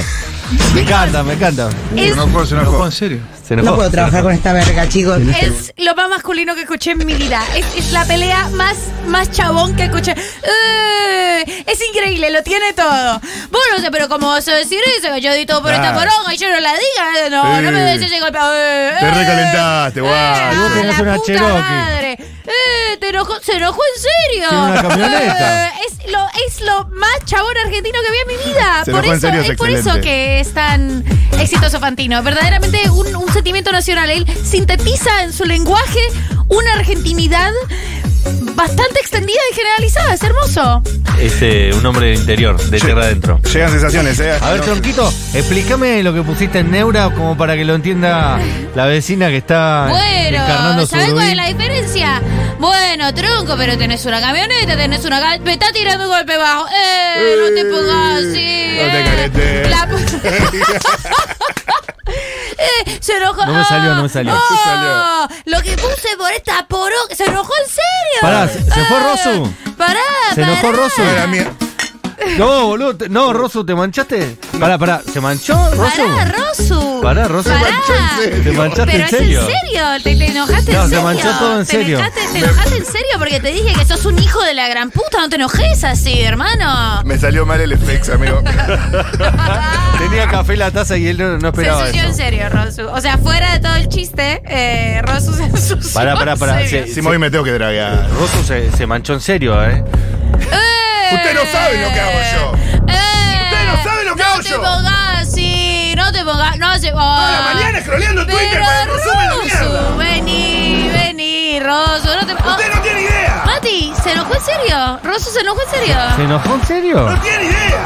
Me encanta, me encanta.
Se enojó, se
Se enojó
enojó.
en serio.
Se enojó.
con esta verga, chicos.
este
Es lo más masculino que escuché en mi vida. Es, es la pelea más, más chabón que escuché. ¡Eh! Es increíble, lo tiene todo. Vos no sé, pero como vas a decir eso, yo di todo por esta
Claro.
poronga y yo no la diga. ¿eh? No,
Sí.
no me des ese golpe. ¡Eh!
Te
¡Eh!
recalentaste, guau.
¡Eh!
Y vos
¡Ah,
tenés
la
una
puta
Cherokee.
madre! ¡Eh! Te enojó, se enojó en serio.
Tiene una camioneta.
¡Eh! Es lo, es lo más chabón argentino que vi en mi vida.
Se
Ah, por
enojó en
eso,
serio, es
es por eso
excelente.
que es tan exitoso Fantino. Verdaderamente un, un sentimiento nacional. Él sintetiza en su lenguaje una argentinidad bastante extendida y generalizada. Es hermoso.
Es eh, un hombre de interior, de
Sí.
tierra adentro.
Llegan sensaciones, ¿eh?
A ver,
No.
Tronquito, explícame lo que pusiste en Neura como para que lo entienda la vecina que está
Bueno,
encarnando su
¿sabes cuál es
rubí.
la diferencia? Bueno, tronco, pero tenés una camioneta, tenés una... ga- Me está tirando un golpe bajo. ¡Eh! No te pongas así.
No te
eh.
caretes.
La
[laughs]
pu- Eh, se enojó.
No me salió, no me salió.
Ah,
No
ah, Lo que puse por esta poro... Se enojó en serio.
Pará, ¿se- se fue
Ah,
Rosu?
Pará,
¿Se enojó
pará.
Rosu?
No, [laughs] era mía.
No, boludo, te- no, Rosu, ¿te manchaste? Pará, pará, ¿se manchó, Rosu?
Pará, Rosu.
Pará, Rosu.
Pará.
¿Te manchaste
Pero
en serio?
es en serio, te, te enojaste
No,
en
se
serio.
manchó todo en
Te
serio.
enojaste- Te, enojaste en serio porque te dije que sos un hijo de la gran puta, no te enojes así, hermano.
Me salió mal el FX, amigo.
[laughs] Tenía café en la taza y él no, no
Se
esperaba
ensució en
eso.
serio, Rosu. O sea, fuera de todo el chiste, eh, Rosu se ensució.
Pará, pará, pará,
en serio.
sí.
Si me voy, me tengo que draguear.
Rosu se, se manchó en serio, ¿eh?
¡Eh!
Usted no sabe lo que hago yo.
¡Eh!
Usted no sabe lo que hago
No
yo.
te pongas así, no te pongas. No se.
Toda la mañana scrolleando Twitter para el
Pero
resumen de mierda.
Rosu, vení, vení, Rosu. No te oh.
Usted no tiene idea.
Mati, ¿se enojó en serio? ¿Rosu se enojó en serio?
¿Se enojó en serio?
No tiene idea.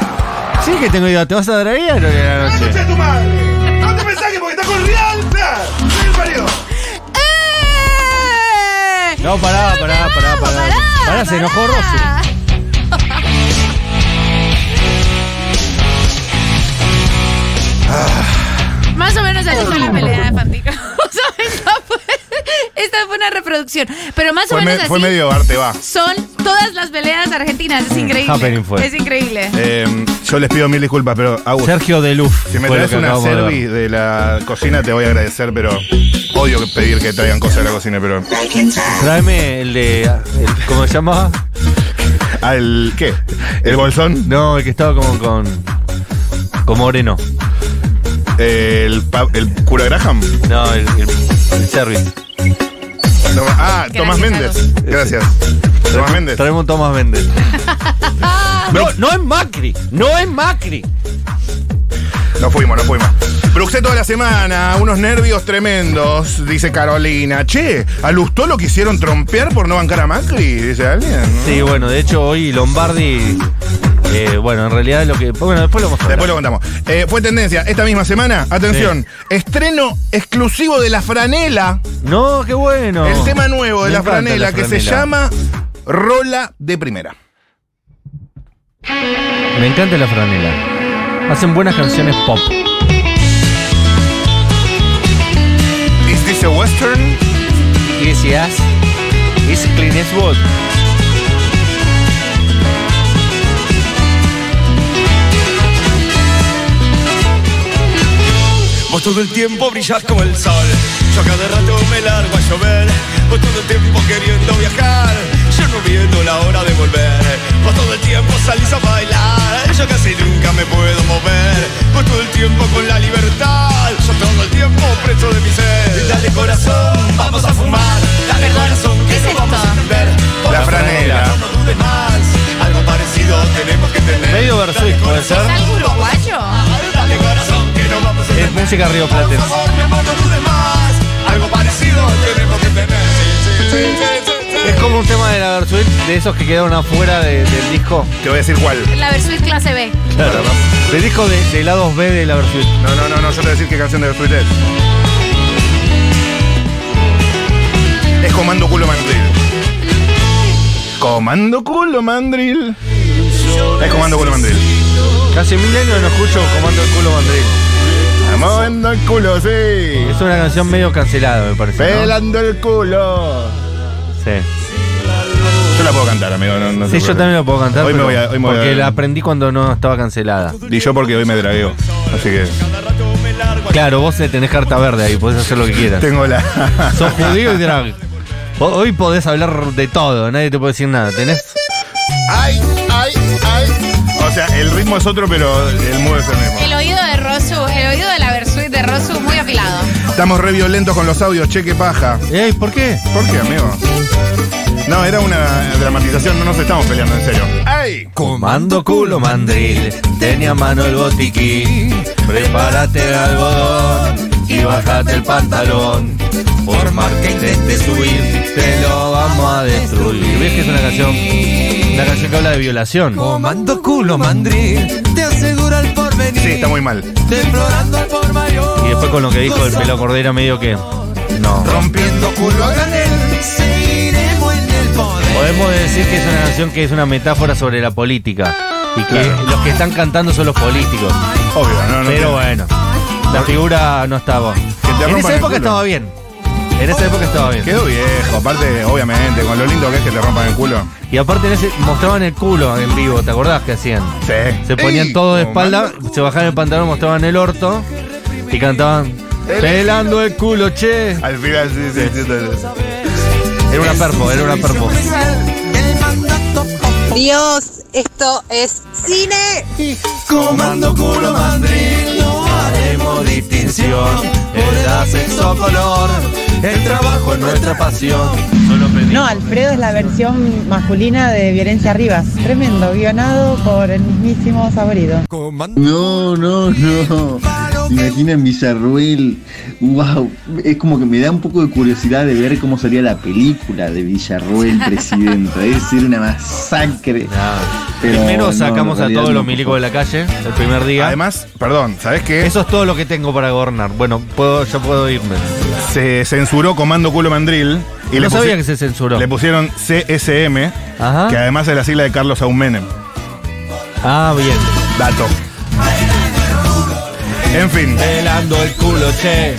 Sí que tengo idea, ¿te vas a draguear hoy a la
La noche
noche?
de tu madre. No te pensás que porque está con Rialta. Soy el parido.
¡Eh!
No, pará,
No,
pará,
no,
pará, pará.
Pará,
Pará, se enojó
pará. Más o menos así fue
Oh.
la pelea de [laughs] Fantico. O sea, esta fue, esta fue una reproducción. Pero más o
Fue, me-
menos así
fue medio arte, va.
son todas las peleas argentinas. Es increíble.
Mm, happening fue.
Es increíble.
Eh, yo les pido mil disculpas, pero Agus,
Sergio Deluf.
si me
fue lo
traes
que
una
acabamos de ver.
servi de la cocina te voy a agradecer, pero odio pedir que traigan cosas de la cocina, pero
Tráeme el de. el- ¿Cómo se llamaba?
al ¿qué? El bolsón,
No, el que estaba como con. Con Moreno.
el pa- el cura Graham.
No, el, el, el service.
No, ah,
Gracias,
Tomás Méndez. Gracias. Tomás Méndez.
Traemos un Tomás Méndez. No, no es Macri. No es Macri.
Nos fuimos, nos fuimos. Bruxé toda la semana, unos nervios tremendos, dice Carolina. Che, a Lustó lo quisieron trompear por no bancar a Macri, dice alguien.
Sí, bueno, de hecho hoy Lombardi. eh, bueno, en realidad lo que. Bueno, después lo mostramos.
Después lo contamos. Eh, fue tendencia esta misma semana, atención, estreno exclusivo de la franela.
No, qué bueno.
El tema nuevo de
Me
la
encanta
franela,
la
que se
franela.
llama Rola de Primera.
Me encanta la franela. Hacen buenas canciones pop.
¿Is this a western?
Yes, yes. It's Clint Eastwood.
Vos todo el tiempo brillás como el sol. Yo a cada rato me largo a llover. Vos todo el tiempo queriendo viajar. Yo no viendo la hora de volver. Vos todo el tiempo salís a bailar. Yo casi nunca me puedo mover. Vos todo el tiempo con la libertad. Yo todo el tiempo preso de mi sed. Dale corazón, vamos a fumar. Dale corazón, que no vamos a entender.
La franela.
No dudes más. Algo parecido tenemos que tener.
Medio Bersuit, puede ser.
¿Es algo uruguayo? Dale corazón, que no vamos a
Es música
por
rioplatense.
favor, mi amor, no dudes más. Algo parecido tenemos que tener. Sí, sí, sí, sí, sí.
Es como un tema de la Bersuit de esos que quedaron afuera de- del disco.
Te voy a decir cuál.
La Versuit clase B.
Claro, ¿no? Del disco de, de lados B de la Bersuit.
No, no, no, no, yo te voy a decir qué canción de Bersuit es. Es Comando Culo Mandril. Comando Culo Mandril. Es Comando Culo Mandril.
Casi mil años no escucho Comando el culo Madrid.
Comando el culo, sí.
Es una canción medio cancelada, me parece. ¿no?
Pelando el culo.
Sí.
Yo la puedo cantar, amigo. No, no
Sí,
se
yo también lo puedo cantar.
Hoy me
pero-
voy a- hoy me voy a-
porque la aprendí cuando no estaba cancelada.
preocupe. Y yo porque hoy me dragueo. Así que
Claro, vos tenés carta verde ahí, podés hacer lo que quieras.
tengo la.
[laughs] Sos judío y
[laughs]
drag. Ho- Hoy podés hablar de todo, nadie te puede decir nada. Tenés.
¡Ay, ay, ay! O sea, el ritmo es otro, pero el mood es el mismo.
El oído de Rosu, el oído de la Versuit de Rosu muy afilado.
Estamos re violentos con los audios, che, qué paja.
Ey, ¿por qué?
¿Por qué, amigo? No, era una dramatización, no nos estamos peleando, en serio. ¡Ay!
Comando culo mandril, tenía a mano el botiquín. Prepárate el algodón y bájate el pantalón. Por más que intentes subir, te lo vamos a destruir. ¿Ves que es una canción? Una canción que habla de violación. Comando culo mandril,
Te asegura el porvenir.
Sí, está muy mal.
Deplorando al por mayor.
Y después con lo que dijo el pelo cordero, medio que. No.
Rompiendo
Culo a granel, seguiremos en el poder.
Podemos decir que es una canción que es una metáfora sobre la política. Y que
Claro.
los que están cantando son los políticos.
Obvio, no, no.
Pero bueno, la figura no estaba.
te
En
rompan
esa
el
época
culo.
estaba bien. En esa época estaba bien.
Quedó viejo, aparte, obviamente, con lo lindo que es que te rompan el culo.
Y aparte en ese, mostraban el culo en vivo, ¿te acordás que hacían?
Sí.
Se ponían
Ey,
todo de espalda,
comando-
se bajaban el pantalón, mostraban el orto y cantaban pelando el culo, che.
Al final, sí, sí, sí, sí.
Era una perpo, era una perpo.
Dios, esto es cine.
Comando culo mandril, no haremos
distinción, era sexo color, el trabajo es nuestra pasión. Solo
No, Alfredo es la versión masculina de Violencia Rivas. Tremendo, guionado por el mismísimo Saborido.
No, no, no. ¿Se imaginan Villarruel? Wow, es como que me da un poco de curiosidad de ver cómo sería la película de Villarruel presidente. Debe ser una masacre. Pero
Primero
no,
sacamos
en
a
realidad
todos
no.
los milicos de la calle, el primer día.
Además, perdón, ¿sabes qué?
Eso es todo lo que tengo para gobernar. Bueno, puedo, ya puedo irme.
Se censuró Comando Culo Mandril. Y
no
le,
sabía
pusi-
que se censuró.
le pusieron CSM,
Ajá.
que además es la sigla de Carlos Aumenem.
Ah, bien.
Dato. En fin.
Pelando el culo, che.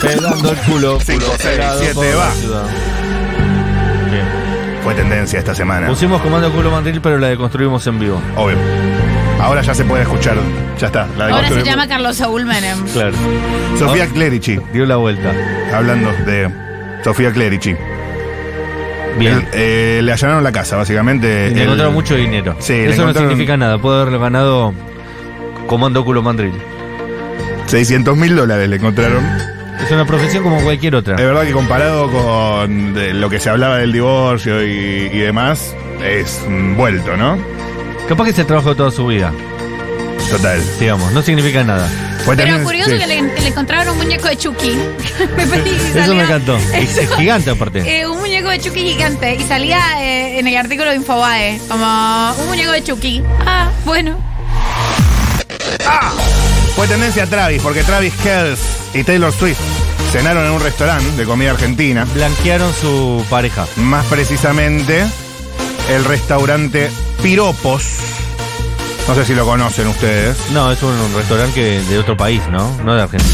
Pelando el culo.
Cinco,
culo
seis,
pelado
siete,
por la
va.
ciudad.
Fue tendencia esta semana.
Pusimos comando culo mandril, pero la deconstruimos en vivo.
Obvio. Ahora ya se puede escuchar. Ya está. La de
Ahora se
Construir-
llama Carlos Saúl Menem.
Claro.
Sofía Clerici.
Dio la vuelta.
Hablando de Sofía Clerici.
Bien.
El- eh, le allanaron la casa, básicamente.
Y
Eh, El-
le encontraron mucho dinero.
Sí, le
Eso no
encontraron-
significa nada. Puede haber ganado comando culo mandril.
600 mil dólares le encontraron.
Es una profesión como cualquier otra.
Es verdad que comparado con de lo que se hablaba del divorcio y, y demás, es un vuelto, ¿no?
Capaz que se trabajó toda su vida.
Total.
Digamos, no significa nada.
Pero curioso que le, que le encontraron un muñeco de Chucky. [laughs] me pedí y
Eso me
salía- [laughs]
encantó. Es, es gigante aparte.
Eh, un muñeco de Chucky gigante y salía eh, en el artículo de Infobae como un muñeco de Chucky. Ah, bueno.
Fue tendencia a Travis, porque Travis Kells y Taylor Swift cenaron en un restaurante de comida argentina.
Blanquearon su pareja.
Más precisamente, el restaurante Piropos. No sé si lo conocen ustedes.
No, es un restaurante que- de otro país, ¿no? No de Argentina.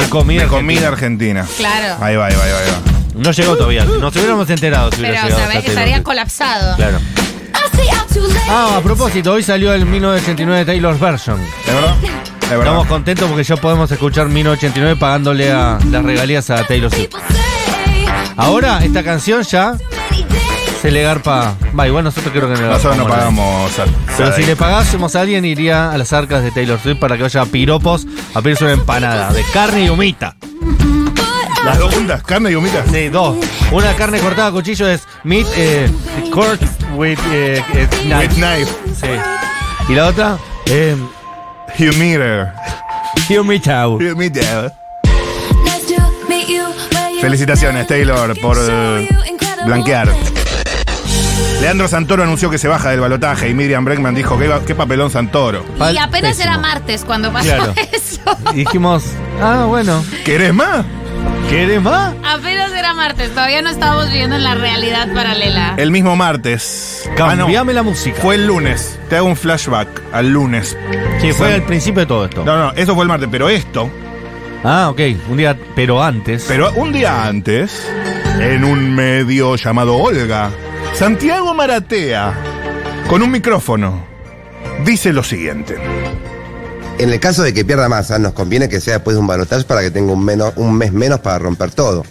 de comida
Ah, de comida
argentina.
Claro.
Ahí va, ahí va, ahí va, ahí va.
No llegó todavía. Nos hubiéramos enterado si hubiera
Pero
llegado.
sabés
hasta
que estaría
Taylor.
colapsado.
Claro. Ah, a propósito, hoy salió el 1989 de Taylor's Version.
¿De
[laughs]
verdad?
Estamos contentos porque ya podemos escuchar 1989 pagándole a- las regalías a Taylor Swift. Ahora, esta canción ya se le garpa. Va, igual nosotros creo que no le
Nosotros no
garpamos nada.
pagamos. al-
Pero si
ahí.
le pagásemos a alguien, iría a las arcas de Taylor Swift para que vaya a piropos a pedirse una empanada de carne y humita.
¿Las dos juntas? ¿Carne y humita?
Sí, dos. Una carne cortada a cuchillo es meat, eh, court with, eh, eh, knife. Sí. ¿Y la otra? Eh,
Humiter.
Humiter.
Humiter. Felicitaciones, Taylor, por eh, blanquear. Leandro Santoro anunció que se baja del balotaje y Miriam Bregman dijo, qué, va- qué papelón Santoro.
Y apenas era martes cuando pasó
Claro.
[laughs] eso.
Y dijimos, ah, bueno.
¿Querés más?
¿Querés más?
Apenas era martes, todavía no estábamos viviendo en la realidad paralela.
El mismo martes. Ah,
Cambiame la música.
Fue el lunes. Te hago un flashback al lunes.
Sí, fue
San-
al principio de todo esto.
No, no, eso fue el martes, pero esto.
Ah, ok. Un día, pero antes.
Pero un día antes, en un medio llamado Olga, Santiago Maratea, con un micrófono, dice lo siguiente.
En el caso de que pierda masa, nos conviene que sea después de un balotaje para que tenga un, menos, un mes menos para romper todo.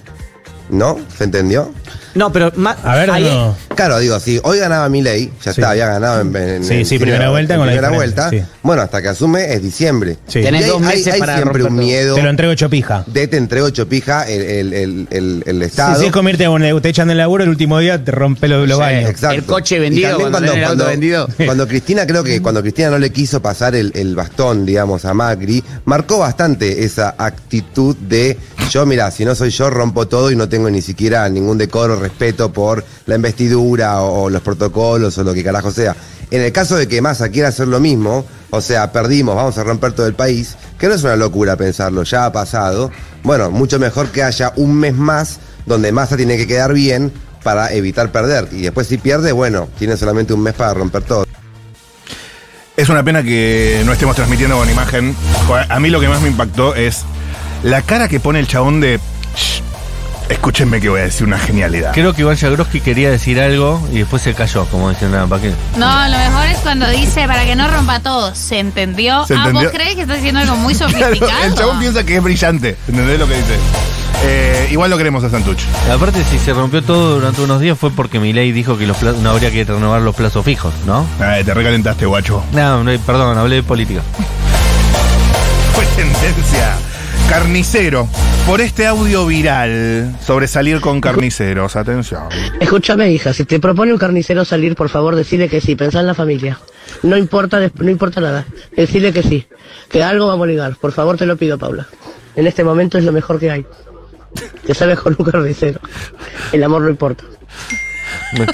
¿No? ¿Se entendió?
No, pero a ver, no.
Claro, digo, si hoy ganaba mi ley, ya está, había ganado en, en-
Sí,
en-
sí, primera vuelta
en
con la
primera
diferencia,
vuelta. Bueno, hasta que asume es diciembre.
Sí.
Y
Tenés
hay-
dos
hay-
meses
hay
para
siempre
romper
un
todo.
miedo.
Te lo entrego hecho pija.
De te entrego ocho pija el, el- el- el- el
Si
Estado.
es convierte, bueno, te echan del laburo el último día, te rompe los, los
Sí,
baños.
exacto. Y también [laughs] cuando Cristina, creo que cuando Cristina no le quiso pasar el, el bastón, digamos, a Macri, marcó bastante esa actitud de yo, mira, si no soy yo, rompo todo y no tengo ni siquiera ningún decoro, respeto por la investidura o, o los protocolos o lo que carajo sea. En el caso de que Massa quiera hacer lo mismo, o sea, perdimos, vamos a romper todo el país, que no es una locura pensarlo, ya ha pasado. Bueno, mucho mejor que haya un mes más donde Massa tiene que quedar bien para evitar perder. Y después si pierde, bueno, tiene solamente un mes para romper todo.
Es una pena que no estemos transmitiendo con imagen. Joder, A mí lo que más me impactó es la cara que pone el chabón de... "Shh, escúchenme que voy a decir una genialidad.
Creo que Iván Jagroski quería decir algo y después se cayó, como diciendo, nada, ¿para qué?
No, lo mejor es cuando dice para que no rompa todo. ¿Se entendió?
¿Se
Ah,
entendió?
vos crees que está haciendo algo
[laughs]
muy
Claro,
sofisticado.
[laughs] el chabón piensa que es brillante. ¿Entendés lo que dice? Eh, igual lo queremos a Santuch.
Aparte, si se rompió todo durante unos días fue porque Milei dijo que los plazos- no habría que renovar los plazos fijos, ¿no?
Ah, te recalentaste, guacho. [laughs]
No, no, perdón, hablé de política.
Fue tendencia. Carnicero. Por este audio viral sobre salir con carniceros. Atención.
Escúchame, hija, si te propone un carnicero salir, por favor, decile que sí, pensá en la familia. No importa, des- no importa nada, decile que sí, que algo vamos a ligar, por favor te lo pido, Paula. En este momento es lo mejor que hay. Te sabes con un carnicero. El amor no importa.
Me,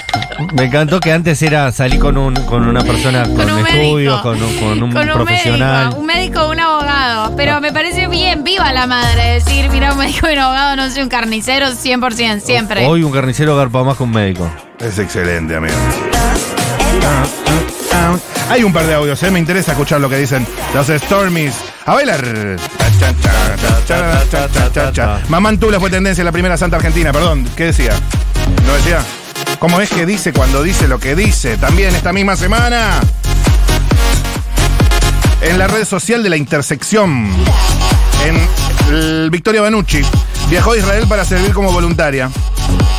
me encantó que antes era salir con, un, con una persona con,
un
estudios,
médico.
con un, con un
Con un
profesional.
médico, un médico, un abogado. Pero me parece bien viva la madre decir, mira, un médico y un abogado, no soy un carnicero, 100%, siempre.
Hoy un carnicero garpa más que un médico.
Es excelente, amigo. Hay un par de audios, ¿eh? me interesa escuchar lo que dicen los Stormies. A bailar. Cha, cha, cha, cha, cha, cha, cha. Mamantula fue tendencia en la primera santa argentina, perdón. ¿Qué decía? ¿No decía? ¿Cómo es que dice cuando dice lo que dice? También esta misma semana. En la red social de la intersección. En el Victoria Banucci. Viajó a Israel para servir como voluntaria. Está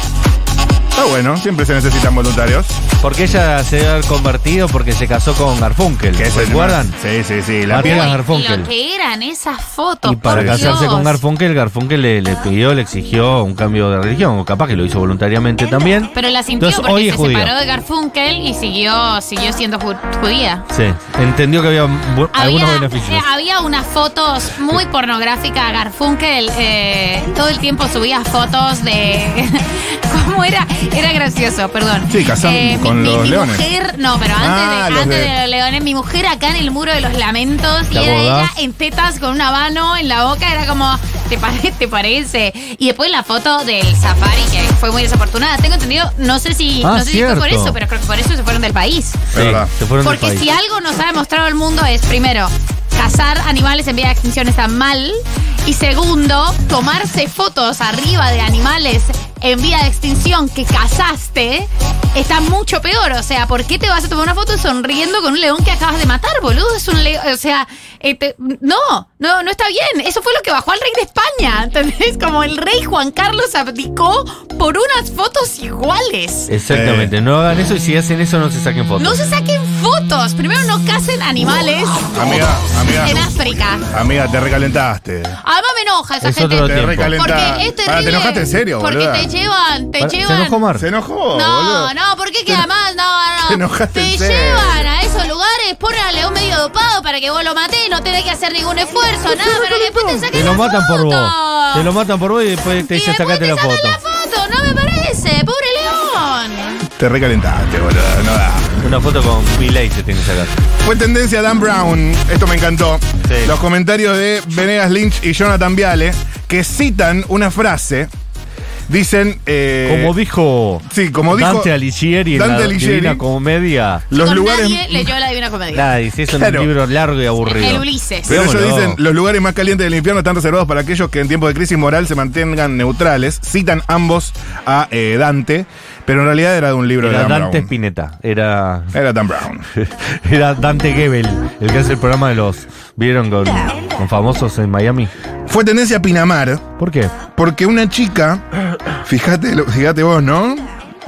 Ah, bueno, siempre se necesitan voluntarios.
Porque ella se debe haber convertido porque se casó con Garfunkel.
Que es el
¿Recuerdan?
Sí, sí, sí.
La
Uy,
piel
Lo
Garfunkel.
que eran esas fotos.
Y para
por
casarse
Dios.
con Garfunkel, Garfunkel le, le pidió, le exigió un cambio de religión. O capaz que lo hizo voluntariamente también.
Pero la sintió
Entonces,
porque
hoy es
se
judía.
separó de Garfunkel y siguió, siguió siendo ju- judía.
Sí, entendió que había bu- algunos
Había,
beneficios.
eh, había unas fotos muy pornográficas. Garfunkel eh, todo el tiempo subía fotos de. [laughs] ¿Cómo era? Era gracioso, perdón.
Sí, casan-
mi-
con
mi,
los
mi
leones.
mujer, no, pero antes,
Ah,
de,
los
antes
de-
de los leones, mi mujer acá en el muro de los lamentos y
¿Te
era
acordás?
ella en tetas con un habano en la boca. Era como, ¿te, pare- te parece? Y después la foto del safari, que fue muy desafortunada. Tengo entendido, no sé si,
Ah,
no sé si fue por
cierto.
eso, pero creo que por eso se fueron del país.
Sí, se fueron del
Porque
país.
si algo nos ha demostrado el mundo es, primero, cazar animales en vía de extinción está mal. Y segundo, tomarse fotos arriba de animales en vía de extinción que cazaste está mucho peor. O sea, ¿por qué te vas a tomar una foto sonriendo con un león que acabas de matar, boludo? Es un león. O sea, eh, te- no, no, no está bien. Eso fue lo que bajó al rey de España. [laughs] ¿Entendés? Como el rey Juan Carlos abdicó por unas fotos iguales.
Eh.
Exactamente, no hagan eso y si hacen eso no se saquen fotos.
No se saquen fotos. Primero no cacen animales
Amiga, amiga.
en África.
Amiga, te recalentaste.
Además me enoja esa
Es
gente.
otro Te tiempo. recalenta.
Porque es terrible.
Pará, ¿te enojaste en serio,
Porque
boluda?
te llevan, te
Pará, ¿se
llevan.
enojó Mar? Se enojó,
No,
boluda.
no, porque que además, no, no.
Te enojaste
Te
en serio.
llevan a esos lugares, ponen al león medio dopado para que vos lo mates, no tenés que hacer ningún esfuerzo, nada, pero que después te
Te
saquen
lo
la
matan por vos.
foto.
Te lo matan por vos y después te dicen sacate la foto.
la foto, no me parece, pobre león.
Te recalentaste, boludo. No da.
Una foto con Miley se tiene que sacar.
Fue tendencia Dan Brown, esto me encantó. Los comentarios de Venegas Lynch y Jonathan Viale que citan una frase. Dicen. eh,
Como dijo
Sí, como dijo.
Dante Alighieri en
Dante
la
Alighieri.
Divina Comedia.
Los
Con
lugares.
Nadie leyó la Divina Comedia.
Nadie, si es un
Claro.
libro largo y aburrido.
El Ulises.
Pero ellos
Veámoslo.
dicen, los lugares más calientes del infierno están reservados para aquellos que en tiempos de crisis moral se mantengan neutrales. Citan ambos a eh, Dante, pero en realidad era de un libro
Era
de Dan
Dante
Brown.
Spinetta. Era. [laughs]
Era Dan Brown.
Era Dante Gebel, el que hace el programa de los. ¿Vieron con, con famosos en Miami?
Fue tendencia a Pinamar.
¿Por qué?
Porque una chica, fíjate, lo- fíjate vos, ¿no?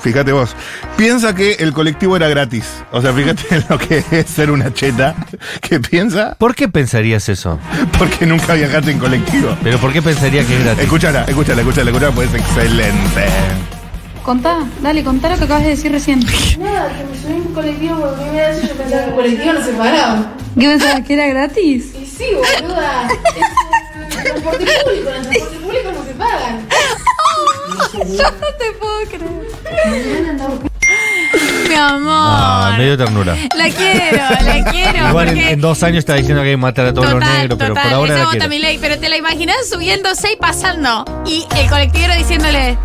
Fíjate vos. Piensa que el colectivo era gratis. O sea, fíjate [laughs] lo que es ser una cheta. ¿Qué piensa?
¿Por qué pensarías eso?
Porque nunca viajaste en colectivo.
¿Pero por qué pensarías que es gratis?
Escúchala, escúchala, escúchala, escúchala, pues es excelente.
Contá, dale, contá lo que acabas de decir recién.
Nada, que me subí en un colectivo por primera vez y yo pensaba que el colectivo no se paraba.
¿Qué pensabas que era gratis?
Y sí, boluda. Es un transporte público, en el transporte público no se pagan.
Yo no te puedo creer.
Mi amor.
Ah, medio ternura.
La quiero, la quiero.
[laughs] Igual en,
porque-
en dos años está diciendo que hay que matar a todos los negros, pero por ahora
esa
la
bota
quiero.
Milei, pero te la imaginas subiéndose y pasando. Y el colectivero diciéndole,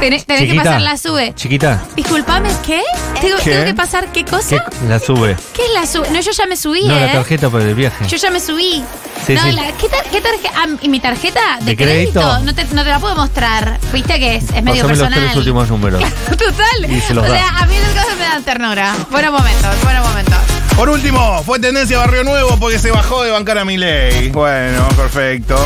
tenés, tenés que
Chiquita.
pasar la sube.
Chiquita,
Disculpame, ¿qué? ¿Tengo,
¿Qué?
tengo que pasar qué
¿qué
cosa?
la sube?
¿Qué es la sube? No, yo ya me subí,
No, la
¿eh?
tarjeta para el viaje.
Yo ya me subí.
Sí,
no,
sí.
la- ¿qué, tar- qué tarjeta? Ah, ¿y mi tarjeta de,
¿De
crédito?
crédito?
No, te, no te la puedo mostrar. Viste que es, es medio
Pásame los
personal. [laughs]
tres últimos números.
Total.
Y se los
o
da.
sea, a mí esas cosas me dan ternura. Buenos momentos, buenos momentos.
Por último, fue tendencia a Barrio Nuevo porque se bajó de bancar a Milei. Bueno, perfecto.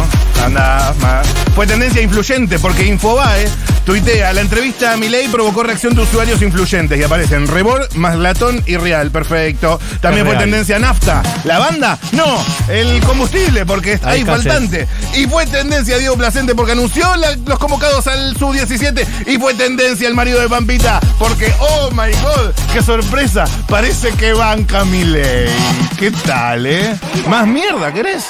Anda, más. Fue tendencia influyente porque Infobae tuitea la entrevista a Milei provocó reacción de usuarios influyentes y aparecen Rebor, Maslatón y Real. Perfecto. También
Es
fue
Real.
tendencia nafta. ¿La banda? No. El combustible porque
Hay
hay,
escasez.
faltante. Y fue tendencia Diego Placente porque anunció la- los convocados al Sub-17 y fue tendencia el marido de Pampita porque, oh my god, qué sorpresa, parece que banca Milei. ¿Qué tal, eh? ¿Más mierda querés?